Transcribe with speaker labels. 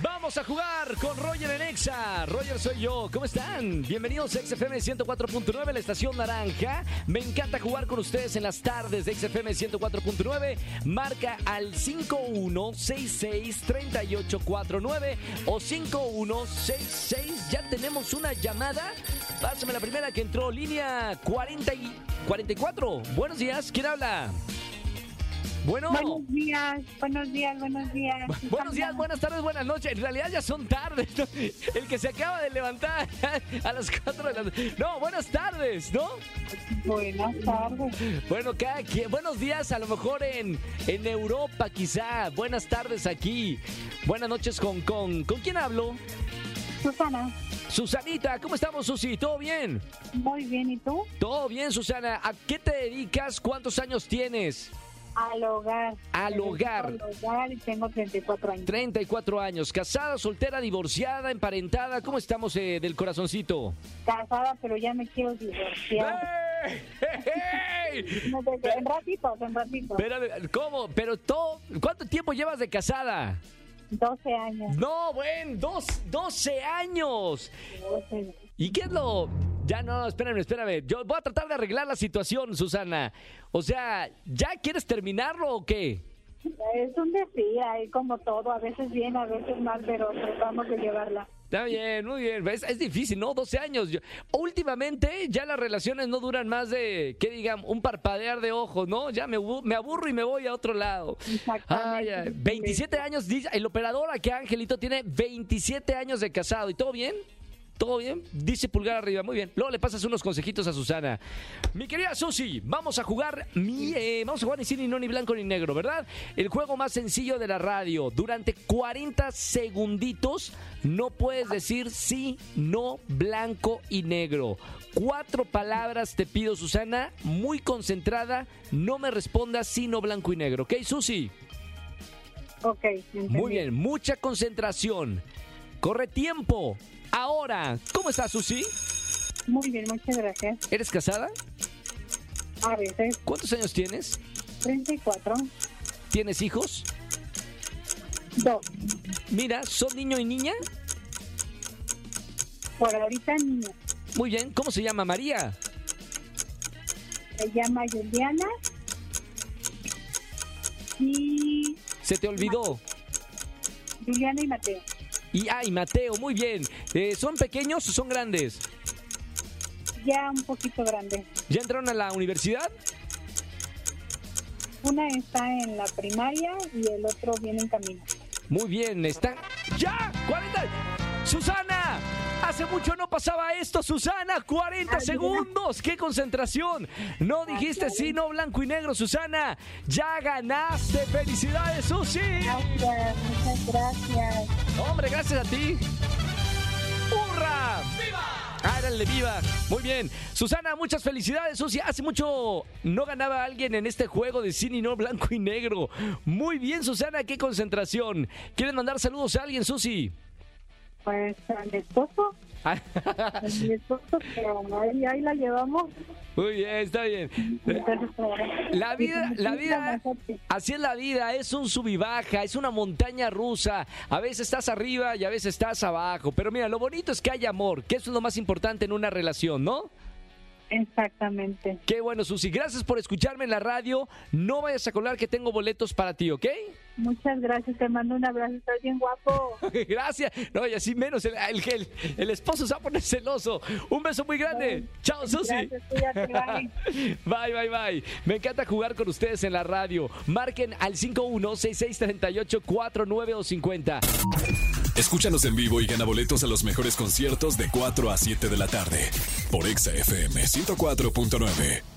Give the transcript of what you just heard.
Speaker 1: Vamos a jugar con Roger en Exa. Roger soy yo. ¿Cómo están? Bienvenidos a XFM 104.9, la estación naranja. Me encanta jugar con ustedes en las tardes de XFM 104.9. Marca al 5166-3849 o 5166. Ya tenemos una llamada. Pásame la primera que entró. Línea 40 y 44. Buenos días. ¿Quién habla? Bueno.
Speaker 2: Buenos días, buenos días, buenos días.
Speaker 1: Buenos días, buenas tardes, buenas noches. En realidad ya son tardes. ¿no? El que se acaba de levantar a las 4 de la No, buenas tardes, ¿no?
Speaker 2: Buenas tardes.
Speaker 1: Bueno, cada quien- Buenos días, a lo mejor en, en Europa, quizá. Buenas tardes aquí. Buenas noches, Hong Kong. ¿Con quién hablo?
Speaker 2: Susana,
Speaker 1: Susanita, ¿cómo estamos, Susi? ¿Todo bien?
Speaker 2: muy bien, ¿y tú?
Speaker 1: Todo bien, Susana. ¿A qué te dedicas? ¿Cuántos años tienes?
Speaker 2: Al hogar.
Speaker 1: Al
Speaker 2: Me dedico
Speaker 1: hogar.
Speaker 2: Al hogar y tengo 34 años.
Speaker 1: 34 años, casada, soltera, divorciada, emparentada. ¿Cómo estamos eh, del corazoncito?
Speaker 2: Casada, pero ya me quiero divorciar.
Speaker 1: ¡Ey!
Speaker 2: No sé, en ratitos, en ratitos.
Speaker 1: Espérame, ¿cómo? Pero todo, ¿cuánto tiempo llevas de casada?
Speaker 2: 12 años.
Speaker 1: No, buen, dos, 12 años.
Speaker 2: 12.
Speaker 1: ¿Y qué es lo? Ya no, espérame, espérame. Yo voy a tratar de arreglar la situación, Susana. O sea, ¿ya quieres terminarlo o qué?
Speaker 2: Es un decir, ahí como todo, a veces bien, a veces mal, pero tratamos de llevarla.
Speaker 1: Está bien, muy bien. Es, es difícil, ¿no? 12 años. Yo- últimamente ya las relaciones no duran más de, que digan, un parpadear de ojos, ¿no? Ya me, abu- me aburro y me voy a otro lado. Ay,
Speaker 2: Exactamente.
Speaker 1: ay, 27 años, dice- el operador aquí, Angelito, tiene 27 años de casado. ¿Y todo bien? ¿Todo bien? Dice pulgar arriba, muy bien. Luego le pasas unos consejitos a Susana. Mi querida Susi, vamos a jugar, mi- eh, vamos a jugar ni sí, ni no, ni blanco, ni negro, ¿verdad? El juego más sencillo de la radio. Durante 40 segunditos no puedes decir sí, no, blanco y negro. Cuatro palabras te pido, Susana, muy concentrada. No me respondas sí, no, blanco y negro. ¿Ok, Susi?
Speaker 2: Ok, entendí.
Speaker 1: Muy bien, mucha concentración. Corre tiempo. Ahora, ¿cómo estás, Susi?
Speaker 2: Muy bien, muchas gracias.
Speaker 1: ¿Eres casada?
Speaker 2: A veces,
Speaker 1: ¿Cuántos años tienes?
Speaker 2: 34,
Speaker 1: ¿Tienes hijos?
Speaker 2: 2.
Speaker 1: Mira, ¿son niño y niña?
Speaker 2: Por ahorita, niña.
Speaker 1: Muy bien, ¿cómo se llama María?
Speaker 2: se llama Juliana. Y
Speaker 1: Se te olvidó.
Speaker 2: Juliana y Mateo.
Speaker 1: Y ay, Mateo, muy bien. Eh, ¿Son pequeños o son grandes?
Speaker 2: Ya un poquito grande.
Speaker 1: ¿Ya entraron a la universidad?
Speaker 2: Una está en la primaria y el otro viene en camino.
Speaker 1: Muy bien, están. ¡Ya! ¡40! ¡Susana! Hace mucho no pasaba esto, Susana. 40
Speaker 2: Ay,
Speaker 1: segundos. ¡Qué concentración! No dijiste sí, no blanco y negro, Susana. Ya ganaste. ¡Felicidades, Susi!
Speaker 2: Gracias, muchas gracias.
Speaker 1: Hombre, gracias a ti. ¡Hurra! ¡Viva! Ah, era el de viva. Muy bien. Susana, muchas felicidades, Susi. Hace mucho no ganaba alguien en este juego de cine y no blanco y negro. Muy bien, Susana, qué concentración. ¿Quieren mandar saludos a alguien, Susi?
Speaker 2: Pues a mi esposo,
Speaker 1: Ah,
Speaker 2: a mi esposo, pero ahí, ahí la llevamos.
Speaker 1: Muy bien, está bien.
Speaker 2: Entonces, ahora-
Speaker 1: Eh, La vida,
Speaker 2: Y
Speaker 1: la
Speaker 2: muchísimas
Speaker 1: vida,
Speaker 2: gracias.
Speaker 1: así es la vida, es un sub y baja, es una montaña rusa. A veces estás arriba y a veces estás abajo. Pero mira, lo bonito es que hay amor, que eso es lo más importante en una relación, ¿no?
Speaker 2: Exactamente.
Speaker 1: Qué bueno, Susi. Gracias por escucharme en la radio. No vayas a colar que tengo boletos para ti, ¿ok?
Speaker 2: Muchas gracias, te mando un abrazo, estás bien guapo.
Speaker 1: Gracias. No, y así menos el, el, el- el esposo se va a poner celoso. Un beso muy grande.
Speaker 2: Bye.
Speaker 1: Chao, Susi.
Speaker 2: Gracias, cuídate, bye.
Speaker 1: Bye, bye, bye. Me encanta jugar con ustedes en la radio. Marquen al 51663849 o 50.
Speaker 3: Escúchanos en vivo y gana boletos a los mejores conciertos de 4 a 7 de la tarde por Exa FM 104.9.